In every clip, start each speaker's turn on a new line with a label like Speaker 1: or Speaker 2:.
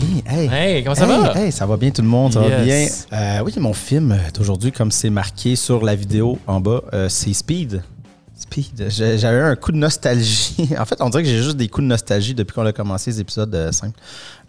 Speaker 1: Hey, hey.
Speaker 2: Hey, comment ça
Speaker 1: Hey,
Speaker 2: va?
Speaker 1: hey, ça va bien tout le monde, ça
Speaker 2: Yes.
Speaker 1: va bien. Euh, oui, mon film d'aujourd'hui, comme c'est marqué sur la vidéo en bas, euh, c'est Speed. Speed. J'ai- J'avais un coup de nostalgie. En fait, on dirait que j'ai juste des coups de nostalgie depuis qu'on a commencé les épisodes euh, simples.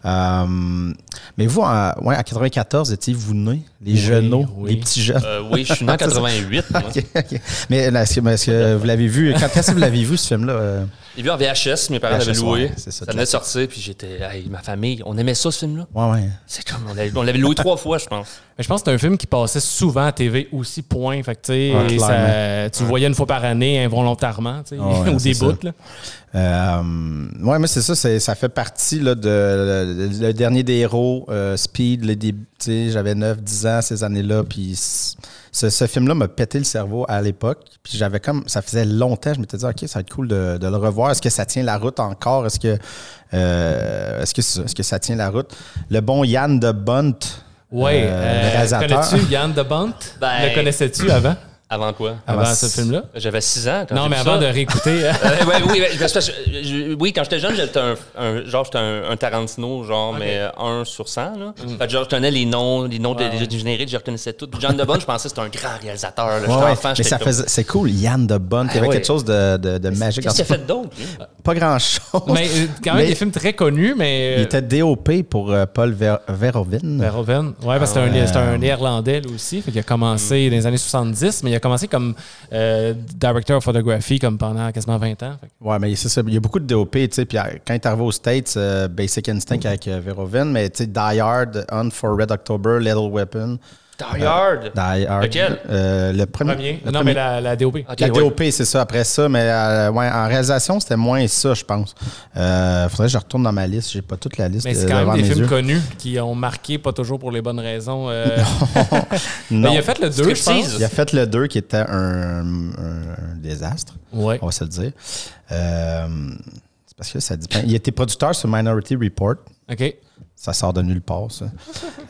Speaker 1: Euh, mais vous, en, ouais, en 94, étiez-vous nés? Les genoux,
Speaker 2: oui.
Speaker 1: les petits jeunes.
Speaker 3: Euh, oui, je suis né en 88. moi.
Speaker 1: Ok, ok. Mais là, est-ce que, est-ce que vous l'avez vu? Quand est-ce que vous l'avez vu, ce film-là? euh?
Speaker 3: J'ai vu en VHS, mes
Speaker 1: VHS,
Speaker 3: parents l'avaient loué.
Speaker 1: ouais, c'est ça,
Speaker 3: ça venait de sortir, puis j'étais. Hey, ma famille, on aimait ça, ce film-là.
Speaker 1: Ouais, ouais.
Speaker 3: C'est comme. On l'avait on l'avait loué trois fois, je pense.
Speaker 2: Mais je pense que c'est un film qui passait souvent à TV aussi, point. Fait que, tu sais,
Speaker 1: Ouais,
Speaker 2: ça-
Speaker 1: clairement.
Speaker 2: tu le voyais une fois par année involontairement, tu sais,
Speaker 1: Ouais,
Speaker 2: ou
Speaker 1: c'est
Speaker 2: des
Speaker 1: ça.
Speaker 2: bouts. là.
Speaker 1: Euh, ouais, mais c'est ça, c'est- ça fait partie là, de le, le dernier des héros, euh, Speed, le début, tu sais, j'avais 9, 10 ans ces années-là, puis c- ce, ce film-là m'a pété le cerveau à l'époque, puis j'avais comme, ça faisait longtemps, je m'étais dit, ok, ça va être cool de, de le revoir, est-ce que ça tient la route encore, est-ce que, euh, est-ce que, c'est ça? est-ce que ça tient la route? Le bon Yann de Bunt,
Speaker 2: Ouais.
Speaker 1: euh, le
Speaker 2: euh,
Speaker 1: réalisateur.
Speaker 2: connais-tu Yann de Bont?
Speaker 3: Ben-
Speaker 2: Le connaissais-tu avant,
Speaker 3: Avant quoi?
Speaker 2: avant,
Speaker 1: Avant
Speaker 2: ce
Speaker 1: s-
Speaker 2: film-là?
Speaker 3: J'avais 6 ans. Quand
Speaker 2: Non,
Speaker 3: j'ai
Speaker 2: mais
Speaker 3: vu
Speaker 2: avant de
Speaker 3: ça.
Speaker 2: réécouter.
Speaker 3: Euh, ouais, oui, ouais, parce que je- je- oui, quand j'étais jeune, j'étais un, un- genre j'étais un, un Tarantino, genre mais euh, un sur 100 là.
Speaker 1: Mm.
Speaker 3: Fait que, genre, je tenais les noms, les noms de- des, des génériques, je les reconnaissais tous. Puis John DeBond, je pensais que c'était un grand réalisateur. là. J'étais
Speaker 1: Ouais, ouais,
Speaker 3: enfant,
Speaker 1: mais
Speaker 3: j'étais
Speaker 1: ça
Speaker 3: comme,
Speaker 1: faisait, c'est cool, Yann de Bunt, il y avait
Speaker 3: Ah ouais.
Speaker 1: quelque chose de, de, de magique.
Speaker 3: Qu'est-ce qu'il a
Speaker 1: dans ce-
Speaker 3: fait d'autre lui?
Speaker 1: Pas grand-chose.
Speaker 2: mais euh, quand même
Speaker 1: Mais-
Speaker 2: des films très connus, mais. euh,
Speaker 1: Il était DOP pour euh, Paul Ver- Verhoeven.
Speaker 2: Verhoeven. Ouais, parce que
Speaker 1: Ah
Speaker 2: c'est un- c'est un, néerlandais, lui aussi. Fait qu'il a
Speaker 3: Mm.
Speaker 2: commencé dans les années 70, mais il a commencé comme euh, director of photography comme pendant quasiment 20 ans. Fait que-
Speaker 1: Ouais, mais c'est ça. Il y a beaucoup de DOP, tu sais. Puis euh, quand il est arrivé aux States, euh, Basic Instinct
Speaker 2: Mm.
Speaker 1: avec euh, Verhoeven, mais tu sais, Die Hard, Hunt for Red October, Little Weapon.
Speaker 3: Die Hard.
Speaker 1: Euh, Die Hard.
Speaker 3: Lequel?
Speaker 1: Euh, le premier.
Speaker 2: Premier.
Speaker 1: le
Speaker 2: non,
Speaker 1: premier.
Speaker 2: mais la, la DOP.
Speaker 3: Ok,
Speaker 1: La
Speaker 3: ouais.
Speaker 1: DOP, c'est ça, après ça, mais euh, ouais, en réalisation, c'était moins ça, je pense. Euh, faudrait que je retourne dans ma liste, j'ai pas toute la liste.
Speaker 2: Mais c'est
Speaker 1: euh,
Speaker 2: quand
Speaker 1: devant
Speaker 2: même des
Speaker 1: mes
Speaker 2: films
Speaker 1: yeux.
Speaker 2: connus qui ont marqué, pas toujours pour les bonnes raisons. euh,
Speaker 1: Non.
Speaker 2: mais il a fait le 2, je pense.
Speaker 3: Striptease.
Speaker 1: Il a fait le 2 qui était un, un- un désastre.
Speaker 2: Ouais.
Speaker 1: On va se le dire. Euh, c'est parce que ça dit. Il était producteur sur Minority Report.
Speaker 2: OK.
Speaker 1: Ça sort de nulle part, ça.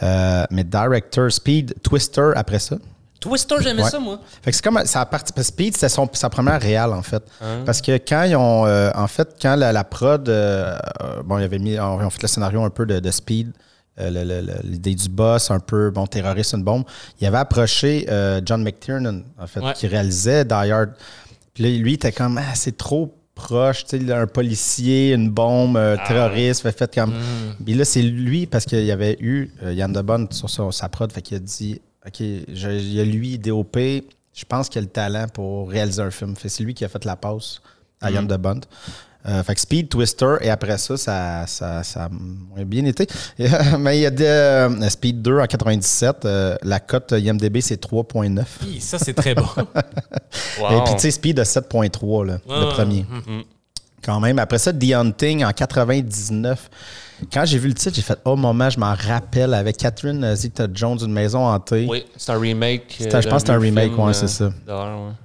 Speaker 1: Euh, mais director, Speed, Twister après ça.
Speaker 3: Twister, j'aimais
Speaker 1: Ouais.
Speaker 3: ça moi.
Speaker 1: Fait que c'est comme ça a parti- parce que Speed, c'était son- sa première réal en fait. Parce que quand ils ont euh, en fait quand la, la prod euh, euh, bon, ils avaient mis ils ont fait le scénario un peu de, de Speed, euh, le- le- le- l'idée du boss un peu bon terroriste une bombe, il avait approché euh, John McTiernan en fait
Speaker 2: Ouais.
Speaker 1: qui réalisait Die Hard. Puis là, lui il était comme ah, c'est trop proche, tu sais, un policier, une bombe, euh, terroriste, fait, fait comme. Puis là, c'est lui, parce qu'il y avait eu euh, Yann Debonne sur son- sa prod, fait qu'il a dit OK, je- il y a lui, DOP, je pense qu'il a le talent pour réaliser un film. Fait que c'est lui qui a fait la passe à Yann Debonne. Euh, fait que Speed, Twister, et après ça, ça, ça, ça a moins bien été. Mais il y a des, euh, Speed 2 en 97, euh, la cote IMDB, c'est 3,9.
Speaker 2: Hi, Ça, c'est très bon.
Speaker 3: Wow. Ah. Mm-hmm.
Speaker 1: Et puis, tu sais, Speed a 7.3, là, le premier. Quand même. Après ça, The Hunting en 99. Quand j'ai vu le titre, j'ai fait Oh, moment, je m'en rappelle avec Catherine Zeta-Jones, une maison hantée.
Speaker 3: Oui, c'est un remake. euh,
Speaker 1: C'est un- je pense que c'est un remake, ouais, c'est ça.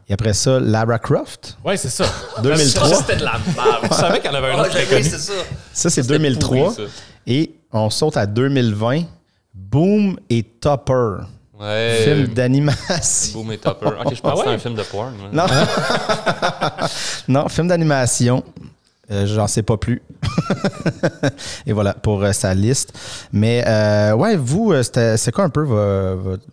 Speaker 1: Et après ça, Lara Croft,
Speaker 2: Ouais, c'est ça.
Speaker 1: 2003.
Speaker 3: Ah, ben, Ça, c'était de la merde.
Speaker 2: Je savais qu'il y en
Speaker 3: Ah,
Speaker 2: avait un autre très
Speaker 3: oui,
Speaker 2: connu.
Speaker 3: c'est ça.
Speaker 1: Ça, c'est
Speaker 3: C'était
Speaker 1: 2003.
Speaker 3: pourri, ça.
Speaker 1: Et on saute à 2020. Boom et Topper.
Speaker 3: Ouais.
Speaker 1: Film d'animation.
Speaker 3: Boom et Topper. Ok, je pense
Speaker 2: Ah
Speaker 3: que c'est
Speaker 2: ouais?
Speaker 3: un film de porn. ouais.
Speaker 1: Non. non, film d'animation. Euh, J'en sais pas plus. Et voilà pour euh, sa liste. Mais euh, ouais, vous, euh, c'était- c'est quoi un peu vo- votre.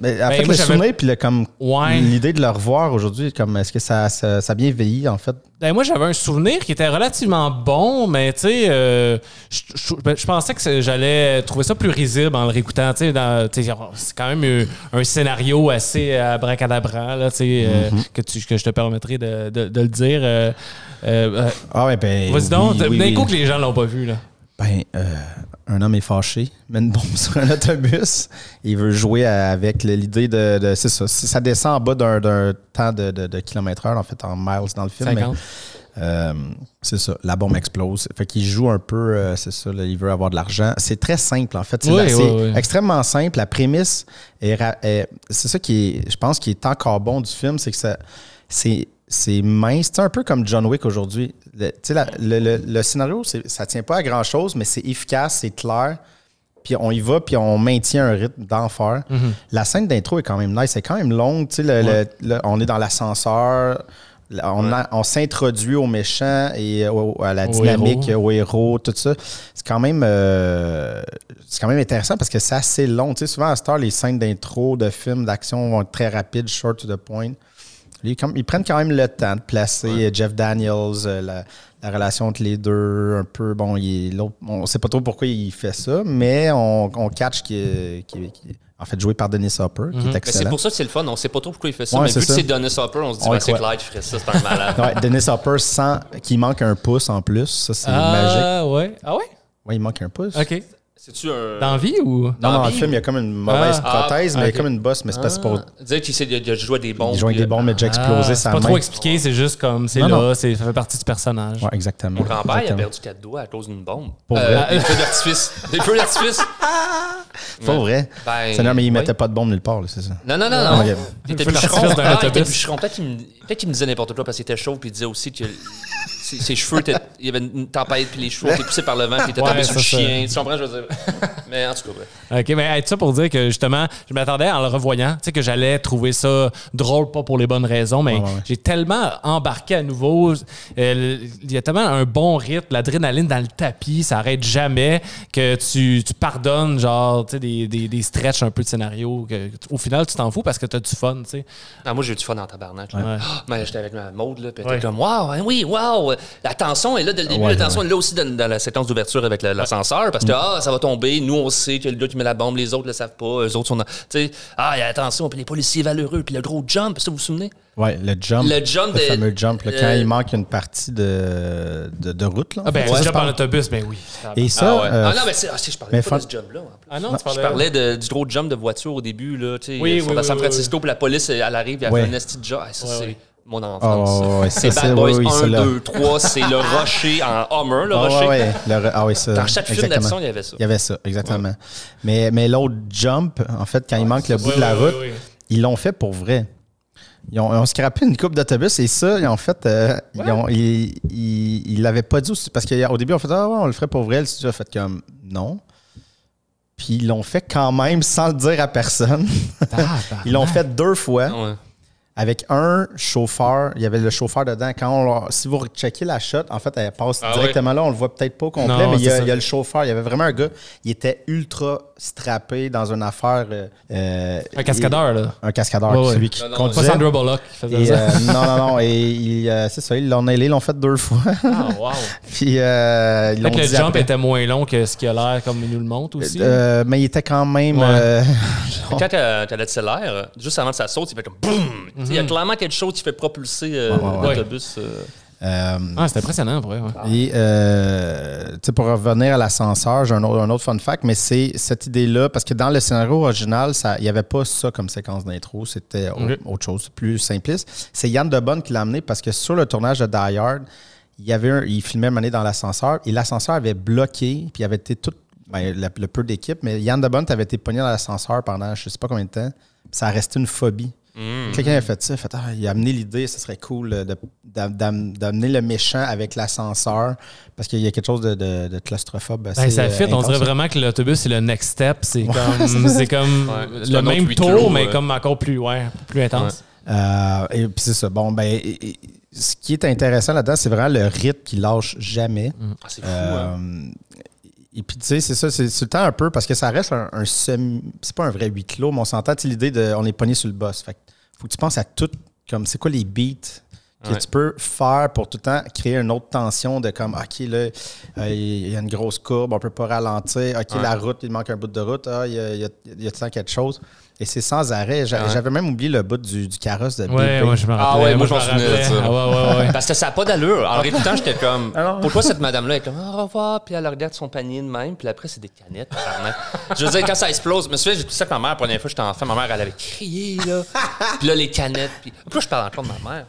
Speaker 1: Ben, en
Speaker 2: Ben,
Speaker 1: fait,
Speaker 2: moi,
Speaker 1: le
Speaker 2: j'avais-
Speaker 1: souvenir puis le, comme
Speaker 2: Ouais.
Speaker 1: l'idée de le revoir aujourd'hui, comme est-ce que ça, ça, ça a bien vieilli en fait?
Speaker 2: Ben, moi, j'avais un souvenir qui était relativement bon, mais tu sais, euh, je- je ben, je pensais que c'est- j'allais trouver ça plus risible en le réécoutant. Tu sais, dans- tu sais, genre, c'est quand même euh, un scénario assez abracadabra, là, tu sais, euh,
Speaker 1: Mm-hmm.
Speaker 2: que, tu- que je te permettrai de, de- de le dire. euh, euh, euh,
Speaker 1: Ah ouais, ben.
Speaker 2: Vas-y donc,
Speaker 1: oui,
Speaker 2: d'un
Speaker 1: oui, oui.
Speaker 2: coup que les gens l'ont pas vu, là.
Speaker 1: Ben, euh, un homme est fâché, met une bombe sur un autobus. Il veut jouer à- avec le- l'idée de. de- c'est ça. si Ça descend en bas d'un d'un temps de, de, de kilomètres-heure, en fait, en miles dans le film. mais,
Speaker 2: 50.
Speaker 1: euh, c'est ça. La bombe explose. Fait qu'il joue un peu, euh, c'est ça, là, il veut avoir de l'argent. C'est très simple, en fait. C'est
Speaker 2: Oui,
Speaker 1: la-
Speaker 2: oui,
Speaker 1: c'est
Speaker 2: oui.
Speaker 1: extrêmement simple. La prémisse est. ra- est- c'est ça qui est, je pense, qui est encore bon du film, c'est que ça. C'est. C'est mince, c'est un peu comme John Wick aujourd'hui. Le, tu sais, la- le, le- le scénario, c'est- ça tient pas à grand chose, mais c'est efficace, c'est clair. Puis on y va, puis on maintient un rythme d'enfer. La scène d'intro est quand même nice, elle est quand même longue. Tu sais, le- le- le- on est dans l'ascenseur, Là, On, a- on s'introduit aux méchants et au- à la dynamique, aux héros, tout ça. C'est quand même euh, c'est quand même intéressant parce que c'est assez long. Tu sais, souvent à Star, les scènes d'intro de films d'action vont être très rapides, short to the point. Ils, comme- ils prennent quand même le temps de placer euh, Jeff Daniels, euh, la, la relation entre les deux, un peu. Bon, il est l'autre- on ne sait pas trop pourquoi il fait ça, mais on, on catch qu'il est, qu'il est- qu'il est- en fait joué par Denis Hopper, qui est
Speaker 3: Mais Mhm. Ben, c'est
Speaker 1: excellent.
Speaker 3: pour ça que c'est le fun. On sait pas trop pourquoi il fait ça.
Speaker 1: Ouais,
Speaker 3: mais
Speaker 1: c'est
Speaker 3: vu
Speaker 1: ça.
Speaker 3: que c'est Dennis Hopper, on se dit,
Speaker 1: On
Speaker 3: ben,
Speaker 1: y
Speaker 3: c'est
Speaker 1: croit.
Speaker 3: clair qu'il ferait ça, c'est un malade.
Speaker 1: Ouais, Dennis Hopper sans qu'il manque un pouce en plus, ça c'est magique.
Speaker 2: Ah ouais. Ah ouais?
Speaker 1: Oui, il manque un pouce.
Speaker 2: OK.
Speaker 3: C'est-tu un.
Speaker 2: Dans la vie ou.
Speaker 1: Non, dans
Speaker 3: Ah,
Speaker 1: le
Speaker 3: oui.
Speaker 1: film, il y a comme une mauvaise
Speaker 3: Ah,
Speaker 1: prothèse,
Speaker 2: ah,
Speaker 1: mais il y a
Speaker 2: ok.
Speaker 1: comme une bosse, mais c'est pas c'est pour
Speaker 3: Dire qu'il sait de, de jouer des bombes.
Speaker 1: joindre
Speaker 3: puis,
Speaker 1: des
Speaker 3: euh,
Speaker 1: bombes, mais déjà exploser sa
Speaker 2: Ah, c'est pas
Speaker 1: main.
Speaker 2: trop expliqué, c'est juste comme c'est
Speaker 1: Non, non.
Speaker 2: là, c'est- ça fait partie du personnage.
Speaker 1: Ouais, exactement.
Speaker 3: Mon grand-père, il a
Speaker 1: Exactement.
Speaker 3: perdu quatre doigts à cause d'une bombe.
Speaker 1: Pour
Speaker 3: Euh,
Speaker 1: vrai?
Speaker 3: Des feux d'artifice. Des feux d'artifice.
Speaker 1: Pas vrai.
Speaker 3: Ben,
Speaker 1: Seigneur, mais il
Speaker 3: oui.
Speaker 1: mettait pas de bombe nulle part, là, c'est ça.
Speaker 3: Non, non, non, non.
Speaker 1: il y a-
Speaker 3: Il était
Speaker 2: Feu
Speaker 3: bûcheron.
Speaker 2: d'artifice dans
Speaker 3: Ah, il était
Speaker 2: l'autobus.
Speaker 3: bûcheron. Peut-être qu'il me, peut-être qu'il me disait n'importe quoi parce qu'il était chauve puis il disait aussi que ses, ses cheveux étaient. Il y avait une tempête puis les cheveux étaient poussés par le vent puis il était
Speaker 2: Ouais,
Speaker 3: tombé sur le
Speaker 2: c'est ça.
Speaker 3: chien. Tu comprends, je veux dire. Mais en tout cas, bref.
Speaker 2: OK, mais hey, tout ça pour dire que justement, je m'attendais en le revoyant, tu sais, que j'allais trouver ça drôle, pas pour les bonnes raisons, mais
Speaker 1: Ouais, ouais, ouais.
Speaker 2: j'ai tellement embarqué à nouveau. Euh, Il y a tellement un bon rythme, l'adrénaline dans le tapis, ça arrête jamais, que tu, tu pardonnes, genre, tu sais, des, des, des stretches un peu de scénario. que- au final, tu t'en fous parce que t'as du fun, tu sais.
Speaker 3: Ah, moi, j'ai eu du fun en tabarnak. là.
Speaker 2: Ouais.
Speaker 3: Ah, mais j'étais avec ma mode, là, puis elle
Speaker 2: Ouais.
Speaker 3: était comme, waouh, hein, oui, waouh. La tension est là dès le début,
Speaker 1: Ouais, Mm.
Speaker 3: la tension est là aussi dans, dans la séquence d'ouverture avec la- l'ascenseur, parce que, ah, ça va tomber, nous, on sait que le gars qui met la bombe, les autres le savent pas, eux autres sont dans. Tu sais, ah, il y a la tension, puis les policiers valeureux, puis le gros jump, ça, vous vous souvenez?
Speaker 1: Ouais, le jump.
Speaker 3: Le jump de-
Speaker 1: fameux jump, là, quand
Speaker 3: euh,
Speaker 1: il manque une partie de, de, de route. Là,
Speaker 2: Ah, ben,
Speaker 1: Ça,
Speaker 2: c'est
Speaker 1: je
Speaker 2: déjà par
Speaker 1: parle.
Speaker 2: l'autobus, ben oui.
Speaker 1: Et
Speaker 3: Ah,
Speaker 1: ça,
Speaker 3: ouais.
Speaker 1: euh,
Speaker 3: ah, non, mais c'est- ah, si, je parlais
Speaker 1: mais
Speaker 3: pas
Speaker 1: fin-
Speaker 3: de ce jump-là. en plus.
Speaker 2: Ah non, tu
Speaker 3: Je
Speaker 2: parlais.
Speaker 3: parlais de- du gros jump de voiture au début, là, tu sais,
Speaker 2: Oui,
Speaker 3: ils sont
Speaker 2: oui,
Speaker 3: à
Speaker 2: oui,
Speaker 3: San
Speaker 2: oui,
Speaker 3: Francisco, puis la police, euh, elle arrive, puis elle
Speaker 1: Ouais.
Speaker 3: fait un esti de jump. Ah, ça,
Speaker 2: Ouais,
Speaker 3: c'est
Speaker 2: ouais.
Speaker 3: mon enfance.
Speaker 1: Oh, ouais, ça,
Speaker 3: c'est
Speaker 1: c'est-
Speaker 3: Bad Boys
Speaker 1: oui, oui,
Speaker 3: 1,
Speaker 1: ça, là.
Speaker 3: 2, 3, c'est le rocher en Hummer, le
Speaker 1: Ah,
Speaker 3: rocher.
Speaker 1: ouais, ouais, le re- ah oui, ça.
Speaker 3: Dans chaque film
Speaker 1: exactement.
Speaker 3: d'action, il y avait ça.
Speaker 1: Il y avait ça, exactement. Mais, mais l'autre jump, en fait, quand il manque le bout de la
Speaker 2: ouais,
Speaker 1: route,
Speaker 2: ouais, ouais.
Speaker 1: ils l'ont fait pour vrai. Ils ont, ils ont scrappé une coupe d'autobus et ça, ils ont fait. euh, ils ont- ils- ils- ils l'avaient pas dit aussi. Parce qu'au début, on fait Ah ouais, on le ferait pour vrai. Le studio a fait comme non. Puis ils l'ont fait quand même sans le dire à personne. ils l'ont fait deux fois
Speaker 3: Ouais.
Speaker 1: avec un chauffeur. Il y avait le chauffeur dedans. Quand on l'a- si vous checkez la shot, en fait, elle passe
Speaker 3: Ah
Speaker 1: directement là. On le voit peut-être pas au complet,
Speaker 2: Non,
Speaker 1: mais il y,
Speaker 2: c'est
Speaker 1: a,
Speaker 2: ça.
Speaker 1: il y a le chauffeur. Il y avait vraiment un gars. Il était ultra strappé dans une affaire. euh, euh,
Speaker 2: Un cascadeur, là.
Speaker 1: et- un cascadeur,
Speaker 2: Ouais, ouais.
Speaker 1: celui qui
Speaker 3: Non, non,
Speaker 2: Pas
Speaker 1: conduisait.
Speaker 2: Sandra Bullock qui faisait
Speaker 1: Et,
Speaker 2: ça.
Speaker 1: euh, non, non, non. Et il, euh, c'est ça, ils l'ont ils l'ont fait deux fois.
Speaker 2: Ah, wow.
Speaker 1: Puis euh, ils l'ont
Speaker 2: Peut-être que le
Speaker 1: dit
Speaker 2: jump
Speaker 1: après.
Speaker 2: était moins long que ce qui a l'air comme il nous le montre aussi.
Speaker 1: Euh, mais il était quand même.
Speaker 2: Ouais.
Speaker 1: euh,
Speaker 3: Quand elle, elle accélère, juste avant que ça saute, il fait comme boum! Tu sais, Il y a clairement quelque chose qui fait propulser euh,
Speaker 1: Ouais, ouais,
Speaker 2: ouais.
Speaker 3: l'autobus. euh.
Speaker 1: euh,
Speaker 2: ah, c'est impressionnant, pour vrai. ouais.
Speaker 1: Et euh, tu sais, pour revenir à l'ascenseur, j'ai un autre, un autre fun fact, mais c'est cette idée-là, parce que dans le scénario original, ça- il n'y avait pas ça comme séquence d'intro, c'était au-
Speaker 2: Ok.
Speaker 1: autre chose, plus simpliste. C'est Yann Debonne qui l'a amené parce que sur le tournage de Die Hard, il, y avait un- il filmait Mané dans l'ascenseur et l'ascenseur avait bloqué, puis il avait été tout, ben, le, le peu d'équipe, mais Yann Debonne avait été pogné dans l'ascenseur pendant je ne sais pas combien de temps, puis ça a resté une phobie. Quelqu'un a fait ça, fait, Ah, il a amené l'idée, ce serait cool euh, de- d'am- d'am- d'amener le méchant avec l'ascenseur parce qu'il y a quelque chose de, de- de claustrophobe.
Speaker 2: Ben,
Speaker 1: assez,
Speaker 2: ça
Speaker 1: euh,
Speaker 2: fit. On
Speaker 1: intense.
Speaker 2: dirait vraiment que l'autobus, c'est le next step. C'est comme, c'est comme
Speaker 3: Ouais, c'est
Speaker 2: le
Speaker 3: un autre
Speaker 2: même
Speaker 3: huis
Speaker 2: tour,
Speaker 3: clos, euh.
Speaker 2: mais
Speaker 3: ouais.
Speaker 2: comme encore plus, ouais, plus intense.
Speaker 1: Euh, et puis c'est ça. Bon, ben, et- et- ce qui est intéressant là-dedans, c'est vraiment le rythme qui lâche jamais.
Speaker 2: Mm.
Speaker 3: Ah, c'est fou, hein?
Speaker 1: Euh, et puis, tu sais, c'est ça, c'est c'est le temps un peu, parce que ça reste un, un semi. C'est pas un vrai huis clos, mais on s'entend, tu sais, l'idée de. On est pogné sur le boss. Fait que faut que tu penses à tout, comme c'est quoi les beats que
Speaker 3: Ouais.
Speaker 1: tu peux faire pour tout le temps créer une autre tension de comme, OK, là, euh, il y a une grosse courbe, on peut pas ralentir. OK, la route, il manque un bout de route. Ah, il y a, il y a- il y a tout le temps quelque chose. Et c'est sans arrêt. J'a-
Speaker 3: Ouais.
Speaker 1: J'avais même oublié le bout du, du carrosse de
Speaker 2: Ouais,
Speaker 1: BP.
Speaker 2: ouais, je me rappelle.
Speaker 3: Ah ouais, moi, je m'en
Speaker 2: me
Speaker 3: souvenais de
Speaker 2: rappelais.
Speaker 3: ça.
Speaker 2: Ah ouais, ouais, ouais.
Speaker 3: Parce que ça n'a pas d'allure. En réécoutant, j'étais comme.
Speaker 2: Ah
Speaker 1: Alors-
Speaker 3: Pourquoi cette madame-là est comme. Ah, au revoir, puis elle regarde son panier de même, puis après, c'est des canettes. tabarnak. je veux dire, quand ça explose, je me souviens, j'ai tout ça avec ma mère. La première fois, j'étais enfant, ma mère, elle avait crié, là. puis là, les canettes. Puis... Pourquoi je parle encore de ma mère?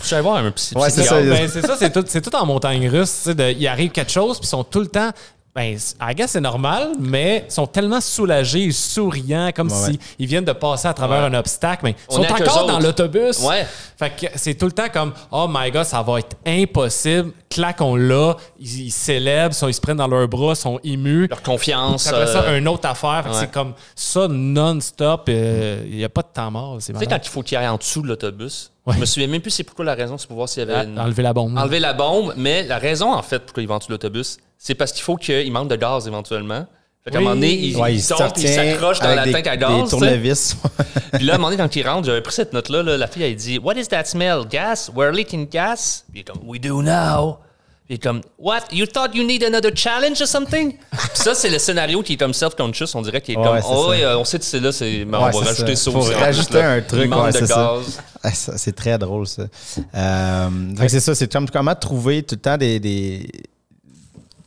Speaker 3: Je suis allé voir un psy.
Speaker 1: Ouais, c'est
Speaker 3: psychiatre.
Speaker 1: ça.
Speaker 2: Ben, c'est ça, c'est tout, c'est tout en montagne russe. tu sais, de- Il arrive quelque chose, puis ils sont tout le temps ben, c- I guess c'est normal, mais sont tellement soulagés, souriants, comme
Speaker 1: Ouais,
Speaker 2: s'ils
Speaker 1: ouais.
Speaker 2: viennent de passer à travers un obstacle, mais ils
Speaker 3: On
Speaker 2: sont
Speaker 3: est avec
Speaker 2: encore
Speaker 3: eux
Speaker 2: dans
Speaker 3: autres.
Speaker 2: l'autobus.
Speaker 3: Ouais.
Speaker 2: Fait que c'est tout le temps comme Oh my god, ça va être impossible. Clac, on l'a. Ils, ils célèbrent, sont- ils se prennent dans leurs bras, sont émus.
Speaker 3: Leur confiance.
Speaker 2: Puis après ça,
Speaker 3: euh,
Speaker 2: une autre affaire. Fait que
Speaker 3: ouais.
Speaker 2: C'est comme ça non-stop. euh, Il n'y a pas de temps mort. C'est
Speaker 3: Tu sais,
Speaker 2: malade.
Speaker 3: quand il faut qu'il aille en dessous de l'autobus,
Speaker 2: Ouais.
Speaker 3: je me souviens même plus c'est pourquoi la raison, c'est pour voir s'il y avait
Speaker 2: Ah,
Speaker 3: une-
Speaker 2: Enlever la bombe.
Speaker 3: enlever la bombe, mais la raison, en fait, pourquoi il va en dessous de l'autobus, c'est parce qu'il faut qu'il manque de gaz éventuellement. Fait qu'à
Speaker 2: Oui.
Speaker 3: un moment donné, il,
Speaker 1: Ouais,
Speaker 3: il
Speaker 1: se
Speaker 3: saute, il
Speaker 1: tient
Speaker 3: s'accroche dans
Speaker 1: avec
Speaker 3: la
Speaker 1: des-
Speaker 3: tank à
Speaker 1: Des
Speaker 3: gaz. tu sais.
Speaker 1: tournevis.
Speaker 3: Puis là, à un moment donné, quand il rentre, j'avais pris cette note-là, là, la fille, elle dit What is that smell? Gas? We're leaking gas? Puis il est comme We do now. Puis il est comme What? You thought you need another challenge or something? Puis ça, c'est le scénario qui est comme self-conscious. On dirait qu'il est
Speaker 1: Ouais,
Speaker 3: comme
Speaker 1: ouais, c'est
Speaker 3: Oh,
Speaker 1: ça.
Speaker 3: oui, euh, on sait que c'est là, c'est... mais Ben, on
Speaker 1: Ouais,
Speaker 3: va
Speaker 1: c'est
Speaker 3: rajouter ça,
Speaker 1: Faut
Speaker 3: aussi, en plus,
Speaker 1: rajouter
Speaker 3: là.
Speaker 1: un
Speaker 3: Il
Speaker 1: truc.
Speaker 3: manque
Speaker 1: ouais,
Speaker 3: de
Speaker 1: c'est ça.
Speaker 3: gaz.
Speaker 1: Ah, ça, c'est très drôle, ça. Euh, fait que c'est ça, c'est comme comment trouver tout le temps des, des-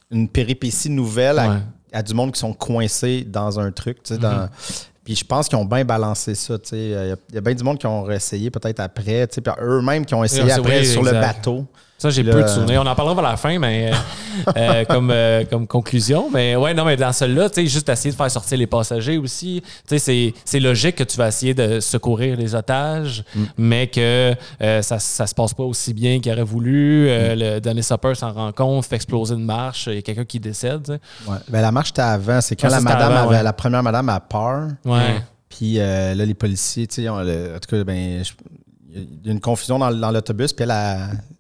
Speaker 1: une péripétie nouvelle à,
Speaker 2: Ouais.
Speaker 1: à du monde qui sont coincés dans un truc. tu sais, dans-
Speaker 3: Mm-hmm.
Speaker 1: Puis je pense qu'ils ont bien balancé ça. tu sais. Il y a- il y a, bien du monde qui ont essayé peut-être après, tu sais, puis eux-mêmes qui ont essayé
Speaker 3: ah,
Speaker 2: Oui,
Speaker 1: après
Speaker 2: oui,
Speaker 1: sur le
Speaker 2: exact.
Speaker 1: bateau.
Speaker 2: Ça, j'ai
Speaker 1: Puis
Speaker 2: peu
Speaker 1: là, euh,
Speaker 2: de souvenirs. On en parlera vers la fin, mais euh, euh, comme, euh, comme conclusion. Mais ouais, non, mais dans celle-là, tu sais, juste essayer de faire sortir les passagers aussi. Tu sais, c'est- c'est logique que tu vas essayer de secourir les otages,
Speaker 1: Mm.
Speaker 2: mais que euh, ça, ça se passe pas aussi bien qu'il aurait voulu. Euh,
Speaker 1: Mm.
Speaker 2: Le Danny Supper s'en rend compte, fait exploser une marche, il y a quelqu'un qui décède. tu sais.
Speaker 1: Ouais. Ben, la marche, c'était avant. C'est quand
Speaker 2: Ah, ça,
Speaker 1: la,
Speaker 2: c'était
Speaker 1: madame
Speaker 2: avant,
Speaker 1: avait-
Speaker 2: ouais.
Speaker 1: la première madame a peur.
Speaker 2: Ouais.
Speaker 1: Puis euh, là, les policiers, tu sais, on- le- en tout cas, ben, je- il y a une confusion dans, dans l'autobus, puis elle, a,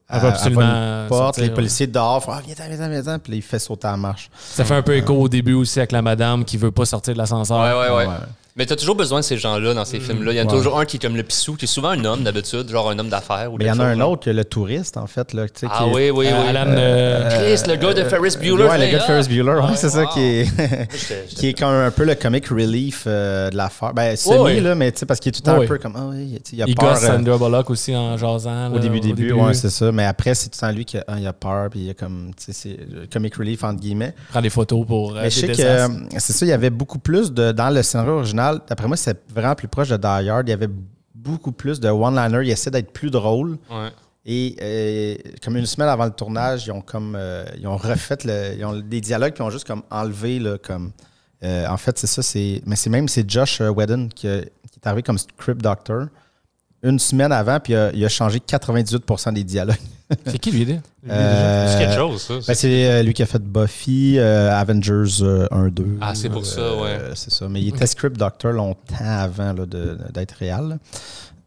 Speaker 2: Elle va Ah, absolument
Speaker 1: une porte,
Speaker 2: sortir,
Speaker 1: les policiers dehors font ah, viens, viens, viens, viens, puis là, il fait sauter la marche.
Speaker 2: Ça fait un peu écho au début aussi avec la madame qui veut pas sortir de l'ascenseur.
Speaker 3: Ouais, ouais, ouais.
Speaker 1: Ouais. Mm.
Speaker 3: Mais t'as toujours besoin de ces gens-là dans ces films-là. Il y en a toujours un qui est comme le pissou, qui est souvent un homme d'habitude, genre un homme d'affaires. ou
Speaker 1: Mais il y en
Speaker 3: quelque
Speaker 1: a
Speaker 3: chose,
Speaker 1: un
Speaker 3: genre.
Speaker 1: autre, le touriste, en fait, là, tu sais,
Speaker 3: Ah
Speaker 1: qui est- Euh,
Speaker 3: oui, oui, oui.
Speaker 2: Euh, Alan, euh,
Speaker 3: Chris, le gars de Ferris Bueller.
Speaker 1: Ouais, le
Speaker 3: c'est-
Speaker 1: gars de Ferris Bueller, ouais, c'est ça
Speaker 3: wow.
Speaker 1: qui est,
Speaker 3: J'étais- j'étais-
Speaker 1: qui est comme un peu le comic relief euh, de l'affaire. Ben, semi,
Speaker 2: Ouais.
Speaker 1: là, mais tu sais, parce qu'il est tout le temps
Speaker 2: Ouais.
Speaker 1: un peu comme, ah oui, tu sais, il a
Speaker 2: Il
Speaker 1: peur.
Speaker 2: gosse
Speaker 1: euh,
Speaker 2: Sandra Bullock aussi en jasant.
Speaker 1: Au
Speaker 2: là,
Speaker 1: début, début, ouais, c'est ça. Mais après, c'est tout le temps lui qui a, ah, il a peur, puis il a comme, tu sais, c'est euh, comic relief, entre guillemets.
Speaker 2: Prends des photos pour. euh,
Speaker 1: Mais je
Speaker 2: des
Speaker 1: sais que
Speaker 2: désastres.
Speaker 1: euh, c'est ça, il y avait beaucoup plus de. Dans le scénario original, d'après moi, c'est vraiment plus proche de Die Hard. Il y avait beaucoup plus de one-liner. Il essaie d'être plus drôle.
Speaker 3: Ouais.
Speaker 1: Et euh, comme une semaine avant le tournage, ils ont comme. euh, ils ont refait le, ils ont des dialogues, puis ils ont juste comme enlevé, là, comme. euh, en fait, c'est ça, c'est. Mais c'est même, c'est Josh euh, Whedon qui, a- qui est arrivé comme script doctor une semaine avant, puis il a, il a changé 98% des dialogues.
Speaker 2: C'est qui lui, dit?
Speaker 1: Euh,
Speaker 4: C'est quelque chose, ça.
Speaker 1: ben, c'est euh, lui qui a fait Buffy, euh, Avengers euh, 1, 2.
Speaker 3: Ah, c'est pour ça, ouais.
Speaker 1: C'est ça. Mais il était script doctor longtemps avant là, de- d'être réel. là.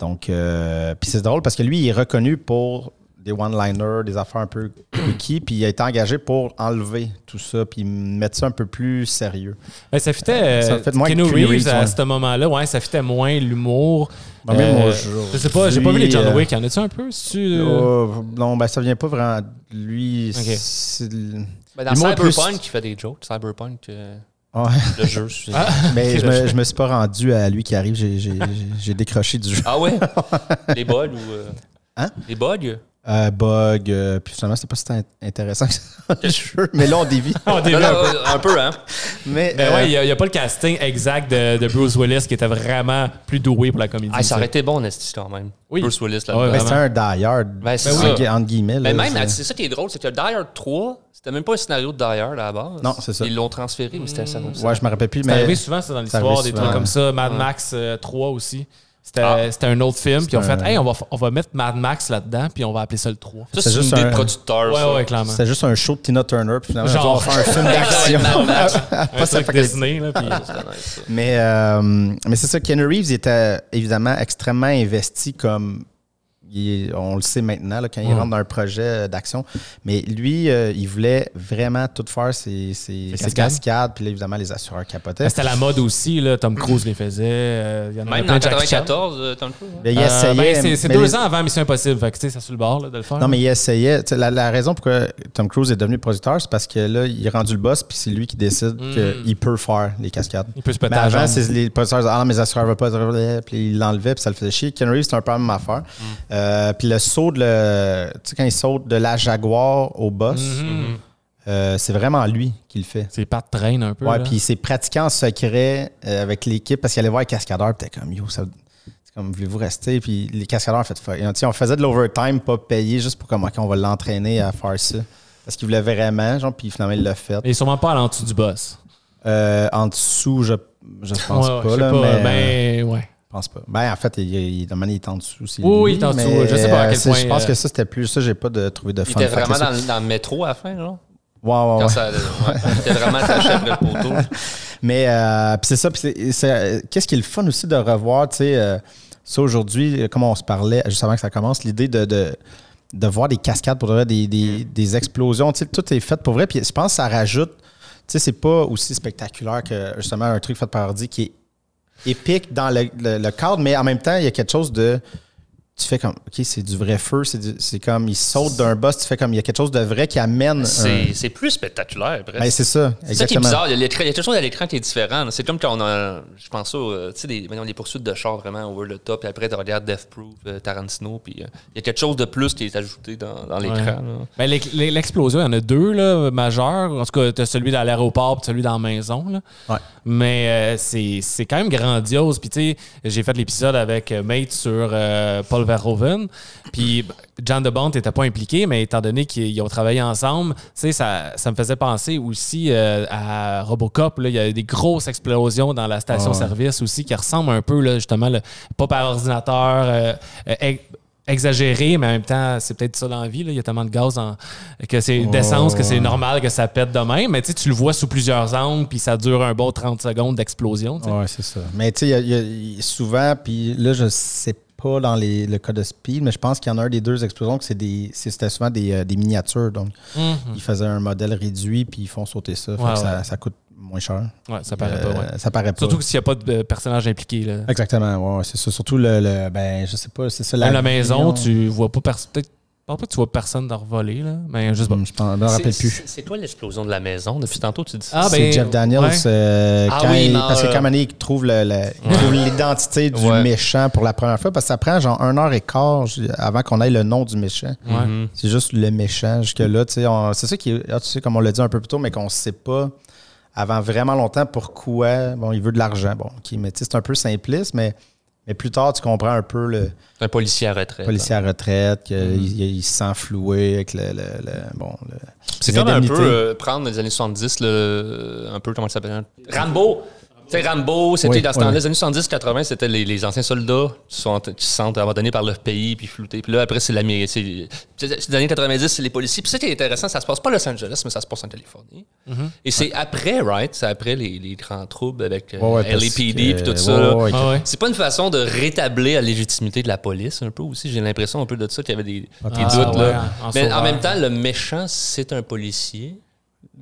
Speaker 1: Donc, euh, puis c'est drôle parce que lui, il est reconnu pour des one-liners, des affaires un peu quickie, puis il a été engagé pour enlever tout ça, puis mettre ça un peu plus sérieux.
Speaker 2: Ben, ça fitait euh,
Speaker 1: Ça fait moins
Speaker 2: Keanu
Speaker 1: que Keanu
Speaker 2: Reeves
Speaker 1: Reeves,
Speaker 2: à
Speaker 1: ouais.
Speaker 2: ce moment-là. Ouais, ça fitait moins l'humour.
Speaker 1: Ben, même
Speaker 2: Euh,
Speaker 1: aujourd'hui,
Speaker 2: je sais pas, j'ai pas vu les John
Speaker 1: euh,
Speaker 2: Wick. Y en a-tu un peu? C'est-tu, euh,
Speaker 1: Oh, non, ben ça vient pas vraiment de lui.
Speaker 2: Ok.
Speaker 1: c'est-
Speaker 3: Ben, dans
Speaker 1: L'humour plus-
Speaker 3: Cyberpunk, il fait des jokes. Cyberpunk, euh,
Speaker 1: Ouais.
Speaker 3: le jeu. je-
Speaker 1: Mais je me, je me suis pas rendu à lui qui arrive, j'ai- j'ai- j'ai j'ai décroché du jeu.
Speaker 3: Ah ouais? Des bugs ou. euh,
Speaker 1: Hein?
Speaker 3: Des bugs?
Speaker 1: Euh, bug, euh, puis finalement, c'était pas si int- intéressant que ça, le jeu. Mais là, on dévie.
Speaker 2: au début,
Speaker 3: Non,
Speaker 2: un
Speaker 3: non,
Speaker 2: peu.
Speaker 3: euh, un peu, hein?
Speaker 1: Mais,
Speaker 2: Ben
Speaker 1: euh,
Speaker 2: ouais, il n'y a, pas le casting exact de, de Bruce Willis qui était vraiment plus doué pour la comédie.
Speaker 3: Ah, ça aurait été bon, Nasty, quand même.
Speaker 2: Oui.
Speaker 3: Bruce Willis, là.
Speaker 2: Ah ouais,
Speaker 1: ben, c'est
Speaker 2: vraiment.
Speaker 1: un die-hard,
Speaker 3: Ben, c'est
Speaker 1: entre,
Speaker 3: ça.
Speaker 1: gui- entre guillemets.
Speaker 2: Ben,
Speaker 1: là,
Speaker 3: Mais même,
Speaker 1: c'est-
Speaker 3: c'est ça qui est drôle, c'est que Die Hard 3, c'était même pas un scénario de Die Hard à la base.
Speaker 1: Non, c'est ça. Mm.
Speaker 3: Ils l'ont transféré, mais c'était un scénario.
Speaker 1: Ouais, je me rappelle plus,
Speaker 2: C'est
Speaker 1: mais
Speaker 2: arrivé souvent, ça, dans l'histoire,
Speaker 1: arrivé
Speaker 2: des
Speaker 1: souvent.
Speaker 2: trucs comme ça. Mad Max euh, 3 aussi. C'était
Speaker 3: Ah.
Speaker 2: c'était un autre film. Puis on fait,
Speaker 1: un-
Speaker 2: hey, on va, f- on va mettre Mad Max là-dedans, puis on va appeler ça le 3.
Speaker 3: Ça,
Speaker 1: C'est
Speaker 3: c'est une
Speaker 1: juste
Speaker 3: idée
Speaker 1: un-
Speaker 3: de producteur. ça.
Speaker 2: Ouais, ouais, clairement.
Speaker 1: c'était juste un show de Tina Turner, puis finalement,
Speaker 2: Genre.
Speaker 1: on va faire un film
Speaker 3: Ouais,
Speaker 1: d'action.
Speaker 3: Mad Max,
Speaker 2: Un
Speaker 1: ça
Speaker 2: truc
Speaker 1: fait que- Ah.
Speaker 2: Disney, là, puis-
Speaker 3: c'était nice, ça.
Speaker 1: mais euh, mais c'est ça, Ken Reeves il était évidemment extrêmement investi comme. il est- on le sait maintenant, là, quand il
Speaker 2: Ouais.
Speaker 1: rentre dans un projet euh, d'action. Mais lui, euh, il voulait vraiment tout faire, ses, ses-
Speaker 2: Ses
Speaker 1: ses
Speaker 2: cascades.
Speaker 1: cascades, puis là, évidemment, les assureurs capotaient.
Speaker 2: Ben, C'était la mode aussi, là. Tom Cruise les faisait. euh, il y en avait
Speaker 3: Même
Speaker 2: plein
Speaker 3: dans
Speaker 2: de Jackie Chan.
Speaker 3: 94, euh, Tom Cruise. hein?
Speaker 1: Mais il
Speaker 2: Euh,
Speaker 1: essayait,
Speaker 2: ben, c'est- c'est
Speaker 1: mais
Speaker 2: deux
Speaker 1: les-
Speaker 2: ans avant Mission Impossible. Fait que, tu sais, ça sur le bord là, de le faire.
Speaker 1: Non, mais il essayait. Tu sais, La, la raison pourquoi Tom Cruise est devenu producteur, c'est parce que là, il est rendu le boss, puis c'est lui qui décide qu'il peut faire les cascades.
Speaker 2: Il peut se péter
Speaker 1: Mais
Speaker 2: la
Speaker 1: avant,
Speaker 2: jambe.
Speaker 1: c'est les producteurs disaient Ah, mais assureurs ne pas, blablabla puis il l'enlevait, puis ça le faisait chier. Ken Reeves, c'est un peu la même affaire. Euh, puis le saut de. le- Tu sais, quand il saute de la Jaguar au boss, euh, c'est vraiment lui qui le fait.
Speaker 2: C'est pas de traîne un peu.
Speaker 1: Ouais,
Speaker 2: là.
Speaker 1: puis il s'est pratiqué en secret euh, avec l'équipe parce qu'il allait voir les cascadeurs, puis t'es comme, yo, ça. c'est Comme, voulez-vous rester? Puis les cascadeurs ont fait fuck. Et, tu sais, On faisait de l'overtime, pas payé, juste pour comme, OK, on va l'entraîner à faire ça. Parce qu'il voulait vraiment, genre, puis finalement, il l'a fait.
Speaker 2: Et sûrement pas à l'en-dessous du boss.
Speaker 1: Euh, en dessous, je je pense
Speaker 2: Ouais, ouais,
Speaker 1: pas,
Speaker 2: je sais
Speaker 1: là, mais,
Speaker 2: Ben, ouais.
Speaker 1: Je pense pas. Ben, en fait, il, il, il, il est en dessous. c'est
Speaker 2: Oui, oui,
Speaker 1: lui,
Speaker 2: il est en dessous,
Speaker 1: mais,
Speaker 2: je sais pas à quel
Speaker 1: euh, c'est-
Speaker 2: point,
Speaker 1: Je pense
Speaker 2: euh,
Speaker 1: que ça, c'était plus. Ça, j'ai pas de, trouvé de
Speaker 3: Il
Speaker 1: fun.
Speaker 3: était
Speaker 1: fact
Speaker 3: vraiment
Speaker 1: là-dessus.
Speaker 3: dans, dans le métro à la fin, genre.
Speaker 1: Ouais, ouais,
Speaker 3: Quand
Speaker 1: ouais.
Speaker 3: ça. ouais, il était vraiment attaché après le poteau.
Speaker 1: Mais euh, puis c'est ça. puis c'est- c'est, euh, Qu'est-ce qui est le fun aussi de revoir, tu sais, euh, ça aujourd'hui, euh, comme on se parlait juste avant que ça commence, l'idée de, de, de voir des cascades pour de vrai, des, des,
Speaker 3: Mm.
Speaker 1: des explosions, tu sais, tout est fait pour vrai. Puis je pense que ça rajoute, tu sais, c'est pas aussi spectaculaire que justement un truc fait par ordi qui est épique dans le, le- le cadre, mais en même temps, il y a quelque chose de. Tu fais comme, OK, c'est du vrai feu, c'est du- c'est comme, il saute d'un boss, tu fais comme, il y a quelque chose de vrai qui amène. un-
Speaker 3: C'est c'est plus spectaculaire, presque.
Speaker 1: Ben, c'est ça,
Speaker 3: C'est ça qui est
Speaker 1: exactement.
Speaker 3: bizarre. Il y a l'écran- il y a toujours à l'écran qui est différent. là. C'est comme quand on a, je pense, au, euh, tu sais, les, maintenant, les poursuites de char vraiment over the top, et après, tu regardes Death Proof, euh, Tarantino, puis euh, il y a quelque chose de plus qui est ajouté dans, dans l'écran. là.
Speaker 2: Ben, l'e- l'e- l'explosion, il y en a deux là, majeurs. En tout cas, tu as celui dans l'aéroport et celui dans la maison. là.
Speaker 1: Ouais.
Speaker 2: Mais euh, c'est c'est quand même grandiose. Puis, tu sais, j'ai fait l'épisode avec euh, Mate sur euh, Paul Verhoeven. Puis, ben, John de Bond n'était pas impliqué, mais étant donné qu'ils ont travaillé ensemble, tu sais, ça, ça me faisait penser aussi euh, à Robocop. là. Il y a eu des grosses explosions dans la station-service aussi qui ressemblent un peu, là, justement, le- pas par ordinateur. euh, euh, ex- exagéré, mais en même temps, c'est peut-être ça dans la vie. là. Il y a tellement de gaz en- que c'est d'essence que c'est normal que ça pète de même. Mais tu sais, tu le vois sous plusieurs angles, puis ça dure un bon 30 secondes d'explosion. tu sais.
Speaker 1: Ouais, c'est ça. Mais tu sais, il y a- il y a- il- souvent, puis là, je sais pas dans les, le cas de Speed, mais je pense qu'il y en a un des deux explosions que c'est des- c'est- c'était souvent des, euh, des miniatures. Donc, ils faisaient un modèle réduit, puis ils font sauter ça. Fait
Speaker 2: Mm-hmm. Ouais,
Speaker 1: que
Speaker 2: ouais.
Speaker 1: Ça, ça coûte moins cher.
Speaker 2: Ouais, ça paraît pas. ouais.
Speaker 1: Euh, Ça paraît pas.
Speaker 2: Surtout que s'il n'y a pas de euh, personnage impliqué. là.
Speaker 1: Exactement, ouais, ouais, c'est ça. Surtout le, le- Ben, je sais pas, c'est ça.
Speaker 2: Même la maison,
Speaker 1: vision.
Speaker 2: tu vois pas personne. Peut-être pas que tu vois personne d'en voler, là. Mais je sais pas.
Speaker 1: Hum, Je ne me rappelle
Speaker 3: C'est-
Speaker 1: plus.
Speaker 3: C'est c'est quoi l'explosion de la maison? Depuis tantôt, tu dis ça.
Speaker 2: Ah,
Speaker 1: c'est
Speaker 2: ben,
Speaker 1: Jeff Daniels.
Speaker 2: ouais.
Speaker 1: euh,
Speaker 3: Ah
Speaker 1: quand
Speaker 3: oui,
Speaker 1: il-
Speaker 3: non,
Speaker 1: parce que
Speaker 3: euh,
Speaker 1: quand Mané trouve le- le- il trouve l'identité du
Speaker 3: Ouais.
Speaker 1: méchant pour la première fois, parce que ça prend genre un heure et quart ju- avant qu'on ait le nom du méchant.
Speaker 2: Ouais. Mm-hmm.
Speaker 1: C'est juste le méchant jusque-là. tu sais, on- C'est ça qui est, ah, tu sais, comme on l'a dit un peu plus tôt, mais qu'on ne sait pas avant vraiment longtemps pourquoi bon, il veut de l'argent. Bon, ok, mais tu sais, c'est un peu simpliste, mais, mais plus tard, tu comprends un peu le
Speaker 3: Un policier à retraite.
Speaker 1: policier à retraite, qu'il
Speaker 3: Mm-hmm.
Speaker 1: il se sent floué avec le. le- le- bon, le-
Speaker 3: C'est comme un
Speaker 1: l'indemnité.
Speaker 3: peu euh, prendre les années 70, le, un peu, comment ça s'appelle? Rambo! Tu sais, Rambo, c'était
Speaker 1: Oui,
Speaker 3: dans ce
Speaker 1: oui.
Speaker 3: temps-là, les années 70-80, c'était les, les anciens soldats qui se sont- qui se sentent abandonnés par leur pays, puis floutés. Puis là, après, c'est l'Amérique. C'est c'est- les années 90, c'est les policiers. Puis ça qui est intéressant, ça se passe pas à Los Angeles, mais ça se passe en Californie.
Speaker 1: Mhm.
Speaker 3: Et c'est après, right? C'est après les, les grands troubles avec euh,
Speaker 1: Ouais, ouais, parce
Speaker 3: LAPD,
Speaker 1: que-
Speaker 3: puis tout ça.
Speaker 1: ouais,
Speaker 3: là.
Speaker 1: ouais,
Speaker 2: Ah ouais.
Speaker 3: C'est pas une façon de rétablir la légitimité de la police, un peu aussi. J'ai l'impression un peu de ça qu'il y avait des, des
Speaker 2: Ah,
Speaker 3: doutes.
Speaker 2: ouais,
Speaker 3: là.
Speaker 2: en- en
Speaker 3: Mais en
Speaker 2: sauveur.
Speaker 3: même temps, le méchant, c'est un policier.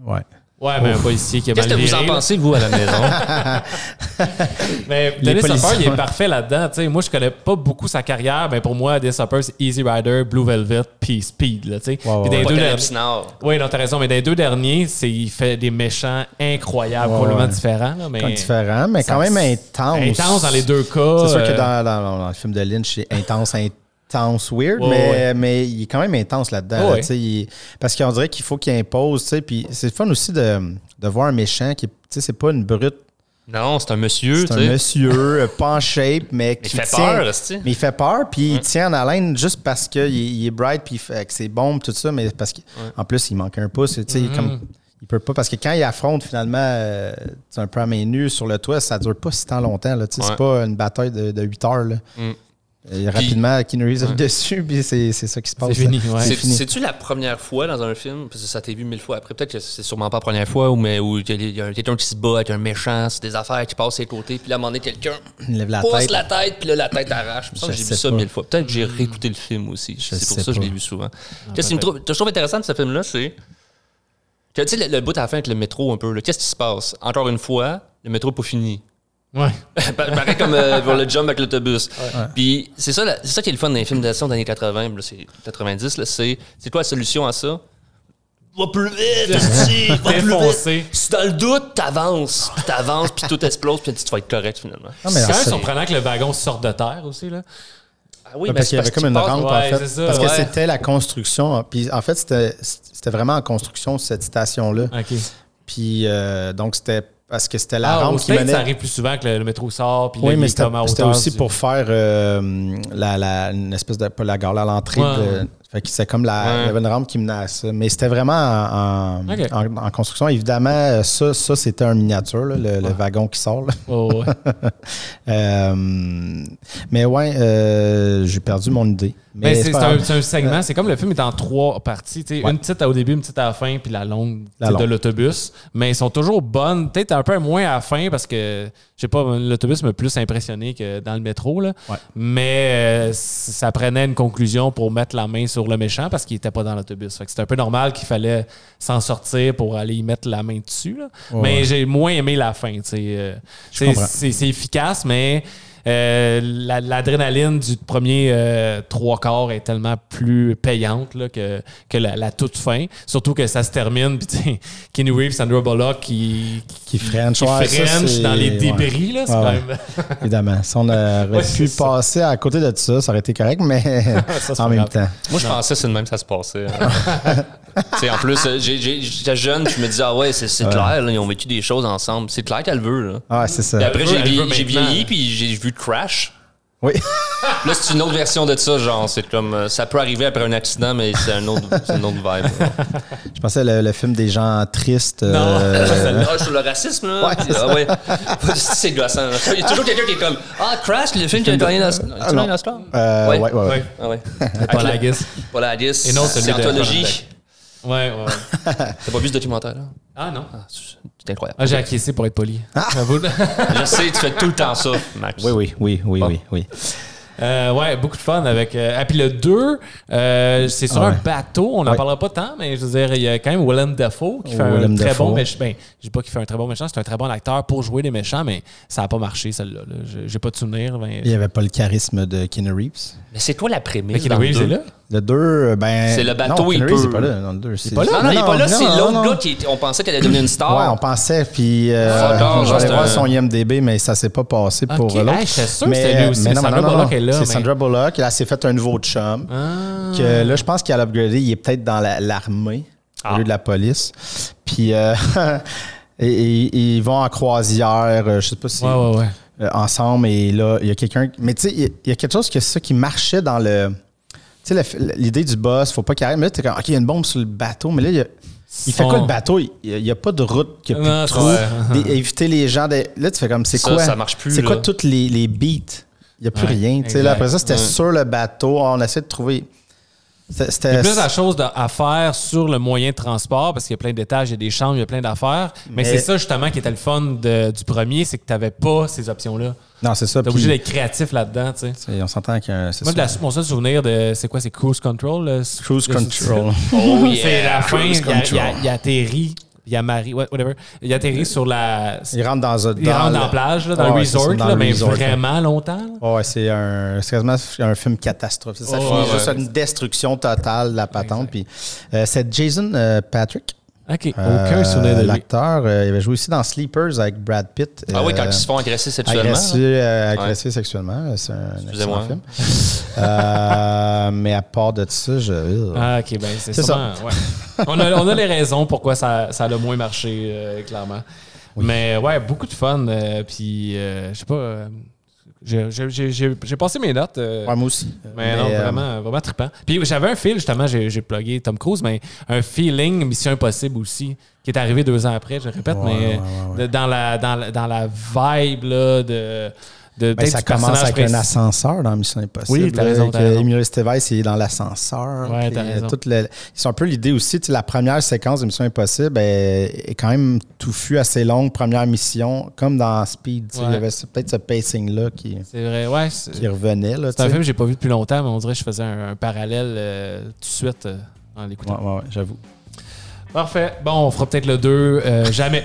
Speaker 1: ouais.
Speaker 2: Ouais, mais un policier qui a
Speaker 3: Qu'est-ce que
Speaker 2: mal
Speaker 3: vous en
Speaker 2: viré, là.
Speaker 3: pensez, vous, à la maison?
Speaker 2: Mais Dennis
Speaker 1: policiers,
Speaker 2: Hopper, il est
Speaker 1: ouais.
Speaker 2: parfait là-dedans. tu sais. Moi, je connais pas beaucoup sa carrière, mais pour moi, Dennis Hopper, c'est Easy Rider, Blue Velvet, puis Speed. Là, tu sais.
Speaker 1: Ouais, ouais, ouais.
Speaker 2: Puis dans les
Speaker 3: Pas
Speaker 2: deux
Speaker 3: Caleb
Speaker 2: derniers-
Speaker 3: Snort.
Speaker 2: Oui, non, t'as raison, mais dans les deux derniers, c'est, il fait des méchants incroyables,
Speaker 1: Ouais,
Speaker 2: complètement
Speaker 1: ouais.
Speaker 2: différents. là, mais
Speaker 1: Quand différent, mais
Speaker 2: ça-
Speaker 1: quand même intense.
Speaker 2: Intense dans les deux cas.
Speaker 1: C'est sûr
Speaker 2: euh,
Speaker 1: que dans, dans- dans le film de Lynch, c'est intense, intense, weird,
Speaker 2: Ouais,
Speaker 1: mais,
Speaker 2: ouais.
Speaker 1: mais il est quand même intense là-dedans. là,
Speaker 2: Ouais.
Speaker 1: tu sais, il- parce qu'on dirait qu'il faut qu'il impose. tu sais, Puis c'est le fun aussi de, de voir un méchant qui, est- tu sais, c'est pas une brute,
Speaker 3: Non, c'est un monsieur,
Speaker 1: c'est
Speaker 3: tu sais.
Speaker 1: un monsieur euh, pas en shape, mais qui
Speaker 3: fait
Speaker 1: tient-
Speaker 3: peur, est-ce que-
Speaker 1: Mais il fait peur, puis il tient en haleine juste parce qu'il il est bright, puis il fait- que c'est bombe, tout ça, mais parce qu'en plus, il manque un pouce. tu sais, comme,
Speaker 3: Mm-hmm.
Speaker 1: il peut pas, parce que quand il affronte finalement euh, tu sais, un peu à main nue sur le toit, ça dure pas si tant longtemps. là, tu sais,
Speaker 3: Ouais. Mm.
Speaker 1: C'est pas une bataille de, 8 heures. Là. Et rapidement, Keanu Reeves est dessus, puis c'est c'est ça qui se passe.
Speaker 2: fini,
Speaker 1: là.
Speaker 2: ouais.
Speaker 1: C'est
Speaker 3: C'est-
Speaker 1: fini.
Speaker 3: C'est-tu la première fois dans un film, parce que ça t'est vu mille fois après, peut-être que c'est sûrement pas la première fois, ou mais où il y a- il y a un- quelqu'un qui se bat avec un méchant, c'est des affaires qui passent ses côtés, puis là, à un moment donné, quelqu'un
Speaker 1: Il lève la
Speaker 3: pousse
Speaker 1: tête.
Speaker 3: la tête, puis là, la tête arrache. Je me semble que
Speaker 1: Je
Speaker 3: j'ai
Speaker 1: sais
Speaker 3: vu ça
Speaker 1: pas. Hmm.
Speaker 3: mille fois. Peut-être que j'ai réécouté le film aussi. C'est pour
Speaker 1: sais
Speaker 3: ça que je
Speaker 1: pas. Ah,
Speaker 3: l'ai vu souvent. Qu'est-ce qui me trouve, que je trouve intéressant de ce film-là, c'est que, tu sais, le, le bout à la fin avec le métro un peu, là, qu'est-ce qui se passe? Encore une fois, le métro n'est pas fini.
Speaker 2: Ouais.
Speaker 3: Pa- Pareil comme euh, pour le jump avec l'autobus. Puis c'est ça, la- c'est ça qui est le fun des films d'action des années 80, là, c'est 90, là, c'est c'est quoi la solution à ça? Va plus vite, esti, va plus
Speaker 2: Défoncer.
Speaker 3: vite. Si dans le doute, t'avances, puis t'avances, puis tout explose, puis tu vas être correct finalement.
Speaker 1: Non, mais
Speaker 2: C'est quand même
Speaker 1: c'est-
Speaker 2: surprenant que le wagon sorte de terre aussi. Là.
Speaker 3: Ah oui,
Speaker 1: Ouais,
Speaker 3: mais
Speaker 1: parce
Speaker 3: c'est
Speaker 1: qu'il y avait comme
Speaker 3: qu'il
Speaker 1: une
Speaker 3: passe-
Speaker 1: rampe,
Speaker 2: ouais,
Speaker 1: en
Speaker 2: c'est
Speaker 1: fait.
Speaker 2: ça,
Speaker 1: parce
Speaker 3: ouais.
Speaker 1: que c'était la construction. hein. Puis en fait, c'était c'était vraiment en construction, cette station-là.
Speaker 2: OK.
Speaker 1: Puis euh, donc, c'était parce que c'était la
Speaker 2: Ah, au
Speaker 1: rampe qui
Speaker 2: States,
Speaker 1: menait.
Speaker 2: ça arrive plus souvent que le, le métro sort, puis là,
Speaker 1: Oui,
Speaker 2: il
Speaker 1: mais
Speaker 2: est
Speaker 1: c'était
Speaker 2: comme à
Speaker 1: c'était
Speaker 2: hauteur
Speaker 1: aussi
Speaker 2: du-
Speaker 1: pour faire euh, la, la- une espèce de. pas la gare, là, à l'entrée
Speaker 2: Ouais.
Speaker 1: de. Fait que c'est comme la, il y avait une rampe qui menait à ça. Mais c'était vraiment en, en-
Speaker 2: Ok.
Speaker 1: en- en construction. Évidemment, euh, ça, ça c'était un miniature, là, le, le wagon qui sort. là.
Speaker 2: Oh, ouais.
Speaker 1: Euh, mais ouais, euh, j'ai perdu mon idée.
Speaker 2: Ben, c'est
Speaker 1: c'est
Speaker 2: c'est
Speaker 1: pas
Speaker 2: un,
Speaker 1: grave. Euh,
Speaker 2: c'est un segment, c'est comme le film est en trois parties. tu sais, Une petite au début, une petite à la fin, puis la longue tu
Speaker 1: La
Speaker 2: sais, de
Speaker 1: longue.
Speaker 2: l'autobus. Mais ils sont toujours bonnes. Peut-être un peu moins à la fin parce que, je sais pas, l'autobus m'a plus impressionné que dans le métro. Là.
Speaker 1: Ouais.
Speaker 2: Mais euh, c- ça prenait une conclusion pour mettre la main sur le méchant parce qu'il était pas dans l'autobus. Fait que C'était un peu normal qu'il fallait s'en sortir pour aller y mettre la main dessus. là. mais j'ai moins aimé la fin. tu sais, euh, c'est-
Speaker 1: comprends.
Speaker 2: c'est c'est efficace, mais euh, la- l'adrénaline du premier euh, trois quarts est tellement plus payante là, que, que la, la toute fin. Surtout que ça se termine, puis tu sais, Keanu Reeves, Sandra Bullock qui,
Speaker 1: Qui French,
Speaker 2: qui
Speaker 1: ouais, ça,
Speaker 2: French
Speaker 1: c'est-
Speaker 2: dans les
Speaker 1: ouais. Ah
Speaker 2: débris. là, C'est
Speaker 1: Ouais,
Speaker 2: quand
Speaker 1: ouais.
Speaker 2: même...
Speaker 1: Évidemment. Si on aurait
Speaker 2: Ouais,
Speaker 1: pu
Speaker 2: c'est ça.
Speaker 1: passer à côté de ça, ça aurait été correct, mais
Speaker 2: Ça, c'est
Speaker 1: en
Speaker 2: pas
Speaker 1: même
Speaker 2: grave.
Speaker 1: temps.
Speaker 3: Moi, je pensais que c'est de même que ça se passait. hein. Tu sais, en plus, euh, j'ai- j'ai- j'étais jeune, puis je me disais, ah ouais, c'est c'est clair, là, ils ont vécu des choses ensemble. C'est clair qu'elle veut. Là.
Speaker 1: Ah, c'est
Speaker 3: Puis
Speaker 1: ça.
Speaker 3: après,
Speaker 2: veut,
Speaker 3: j'ai
Speaker 2: elle veut
Speaker 3: vie- j'ai
Speaker 2: maintenant.
Speaker 3: vieilli, puis j'ai vu Crash.
Speaker 1: Oui.
Speaker 3: Là, c'est une autre version de ça, genre, c'est comme, euh, ça peut arriver après un accident, mais c'est un autre, c'est une autre vibe.
Speaker 1: Je pensais le, le film des gens tristes.
Speaker 3: Ah,
Speaker 1: euh,
Speaker 3: celle-là, sur le racisme, là.
Speaker 1: Ouais, c'est
Speaker 3: Ah ouais. C'est glaçant. là. Il y a toujours quelqu'un qui est comme Ah, Crash, le film qui a gagné l'Oscar. Il a-tu
Speaker 1: Ah, non.
Speaker 3: gagné l'Oscar.
Speaker 1: euh,
Speaker 3: Ouais.
Speaker 1: ouais, ouais, ouais.
Speaker 2: Ouais.
Speaker 3: Ah ouais.
Speaker 2: Paul Haggis.
Speaker 3: Paul Haggis.
Speaker 2: Et non, celui
Speaker 3: C'est
Speaker 2: de-
Speaker 3: anthologie.
Speaker 2: Ouais, ouais, ouais.
Speaker 3: T'as pas vu ce documentaire, là
Speaker 2: Ah non.
Speaker 3: Ah, c'est c'est incroyable.
Speaker 2: Ah, j'ai acquiescé pour être poli.
Speaker 1: Ah.
Speaker 2: J'avoue.
Speaker 3: Je sais, tu fais tout le temps ça, Max.
Speaker 1: Oui, oui, oui, oui,
Speaker 3: Bon.
Speaker 1: oui, oui.
Speaker 2: Euh, ouais, beaucoup de fun avec. euh, ah, puis le 2, euh, c'est sur
Speaker 1: Ah ouais.
Speaker 2: un bateau. On n'en
Speaker 1: Ouais.
Speaker 2: parlera pas tant, mais je veux dire, il y a quand même Willem Dafoe qui fait un
Speaker 1: Willem
Speaker 2: très
Speaker 1: Dafoe.
Speaker 2: bon méchant. Ben, je dis pas qu'il fait un très bon méchant, c'est un très bon acteur pour jouer des méchants, mais ça n'a pas marché, celle-là. là. Je- J'ai pas de souvenir. Ben,
Speaker 1: Il n'y avait pas le charisme de Keanu Reeves.
Speaker 3: Mais c'est quoi la
Speaker 2: Mais
Speaker 3: prémisse
Speaker 2: Keanu
Speaker 3: dans le
Speaker 2: Reeves
Speaker 3: deux?
Speaker 2: est là.
Speaker 1: Le 2, ben.
Speaker 3: C'est le bateau,
Speaker 1: non,
Speaker 3: il
Speaker 1: Keanu Reeves,
Speaker 3: peut-
Speaker 1: est pas là. Non, le 2, c'est
Speaker 2: pas là?
Speaker 3: Non, non, il est pas là,
Speaker 1: non,
Speaker 3: c'est
Speaker 1: non, non.
Speaker 3: l'autre gars qui. est- On pensait qu'elle allait devenir une
Speaker 1: Ouais,
Speaker 3: star.
Speaker 1: on pensait, puis
Speaker 2: Ah,
Speaker 3: Fuck
Speaker 1: euh,
Speaker 3: off,
Speaker 1: j'allais
Speaker 3: c'est un-
Speaker 1: voir son IMDB, mais ça s'est pas passé pour
Speaker 2: Ok.
Speaker 1: l'autre.
Speaker 2: Ah, j'étais sûr que c'était lui aussi, mais Sandra Bullock est là,
Speaker 1: C'est
Speaker 2: mais- Ah.
Speaker 1: Sandra Bullock, elle s'est fait un nouveau chum. Que là, je pense qu'elle a upgradé, il est peut-être dans la- l'armée, au
Speaker 2: Ah.
Speaker 1: lieu de la police. Puis euh, et- et- et ils vont en croisière, euh, je sais pas si
Speaker 2: Ouais, ouais, ouais.
Speaker 1: euh, ensemble et là, il y a quelqu'un. Mais tu sais, il y a- il y a quelque chose que ça qui marchait dans le. Tu sais, la- l'idée du boss, faut pas qu'il arrive. Mais là, t'es comme, OK, il y a une bombe sur le bateau, mais là, il, y a- il fait
Speaker 2: Son-
Speaker 1: quoi le bateau? Il- Il n'y a pas de route, il n'y a plus
Speaker 2: Non,
Speaker 1: de
Speaker 2: Ah, c'est
Speaker 1: trou.
Speaker 2: vrai.
Speaker 1: Des- éviter les gens. des- Là, tu fais comme, c'est
Speaker 3: Ça,
Speaker 1: quoi?
Speaker 3: ça marche plus,
Speaker 1: C'est quoi
Speaker 3: là.
Speaker 1: toutes les, les beats? Il n'y a plus
Speaker 2: Ouais,
Speaker 1: rien. Tu sais, là,
Speaker 2: exact.
Speaker 1: après ça, c'était sur le bateau. On essaie de trouver. C'était-
Speaker 2: Il y
Speaker 1: C'était.
Speaker 2: a plein de choses de- à faire sur le moyen de transport parce qu'il y a plein d'étages, il y a des chambres, il y a plein d'affaires. Mais,
Speaker 1: Mais-
Speaker 2: c'est ça justement qui était le fun de- du premier, c'est que tu n'avais pas ces options-là.
Speaker 1: Non, c'est ça.
Speaker 2: T'es
Speaker 1: puis,
Speaker 2: obligé d'être créatif là-dedans, tu sais.
Speaker 1: tu sais, on s'entend que c'est ça.
Speaker 2: Moi, de la, mon seul souvenir de. C'est quoi, c'est Cruise Control? le-
Speaker 1: Cruise
Speaker 2: le-
Speaker 1: control.
Speaker 3: Oh, yeah.
Speaker 2: C'est la fin.
Speaker 1: Cruise
Speaker 2: Il, a- il, a-
Speaker 1: Control.
Speaker 2: il atterrit. Il a Marie, whatever. Il atterrit sur la.
Speaker 1: Il rentre dans, un-
Speaker 2: Il rentre dans la
Speaker 1: le-
Speaker 2: plage, là, dans
Speaker 1: Ouais,
Speaker 2: le
Speaker 1: ouais, c'est ça,
Speaker 2: resort,
Speaker 1: dans
Speaker 2: là,
Speaker 1: le
Speaker 2: mais
Speaker 1: resort, là.
Speaker 2: vraiment longtemps. là.
Speaker 1: Ouais, c'est un, c'est quasiment un film catastrophe. Ça
Speaker 2: Oh,
Speaker 1: finit
Speaker 3: ouais,
Speaker 1: juste
Speaker 3: ouais.
Speaker 1: une destruction totale de la patente. Puis, euh, c'est Jason euh, Patrick.
Speaker 2: OK. Aucun
Speaker 1: euh,
Speaker 2: souvenir de lui.
Speaker 1: L'acteur, euh, il avait joué aussi dans Sleepers avec Brad Pitt.
Speaker 3: Ah oui, quand
Speaker 1: euh,
Speaker 3: ils se font agresser sexuellement.
Speaker 1: agressé,
Speaker 3: là.
Speaker 1: euh, agressé sexuellement. C'est un
Speaker 3: Excusez-moi.
Speaker 1: excellent film. Euh, mais à part de ça, je. euh,
Speaker 2: Ah, OK, ben c'est
Speaker 1: C'est
Speaker 2: sûrement- ouais. on, a, on a les raisons pourquoi ça, ça a le moins marché, euh, clairement. Mais ouais, beaucoup de fun. euh, puis, euh, je sais pas. euh, j'ai- j'ai- j'ai j'ai- j'ai passé mes notes. euh,
Speaker 1: Ouais, moi aussi.
Speaker 2: Mais, non,
Speaker 1: euh,
Speaker 2: vraiment, vraiment trippant. Puis j'avais un feel, justement, j'ai, j'ai plugué Tom Cruise, mais un feeling Mission Impossible aussi, qui est arrivé deux ans après, je répète, mais
Speaker 1: ouais,
Speaker 2: euh, de- Dans, la, dans, la, dans la vibe là, de. de
Speaker 1: ben,
Speaker 2: peut-être
Speaker 1: ça
Speaker 2: du
Speaker 1: commence
Speaker 2: personnage
Speaker 1: avec un
Speaker 2: principal.
Speaker 1: ascenseur dans Mission Impossible.
Speaker 2: Oui, t'as raison,
Speaker 1: là,
Speaker 2: t'as
Speaker 1: que
Speaker 2: raison.
Speaker 1: Emilio Estevez, il est dans l'ascenseur.
Speaker 2: Ouais,
Speaker 1: puis,
Speaker 2: t'as
Speaker 1: euh,
Speaker 2: raison.
Speaker 1: tout le- ils sont un peu l'idée aussi. tu sais, La première séquence de Mission Impossible elle, est quand même touffue, assez longue. Première mission, comme dans Speed. tu sais,
Speaker 2: Ouais.
Speaker 1: Il y avait ce- peut-être ce pacing-là qui,
Speaker 2: C'est vrai, ouais. C'est,
Speaker 1: qui revenait. Là,
Speaker 2: c'est un
Speaker 1: tu sais.
Speaker 2: film que j'ai pas vu depuis longtemps, mais on dirait que je faisais un, un parallèle euh, tout de suite euh, en l'écoutant.
Speaker 1: Ouais, ouais, ouais, j'avoue.
Speaker 2: euh, Parfait. Bon, on fera peut-être le 2 jamais.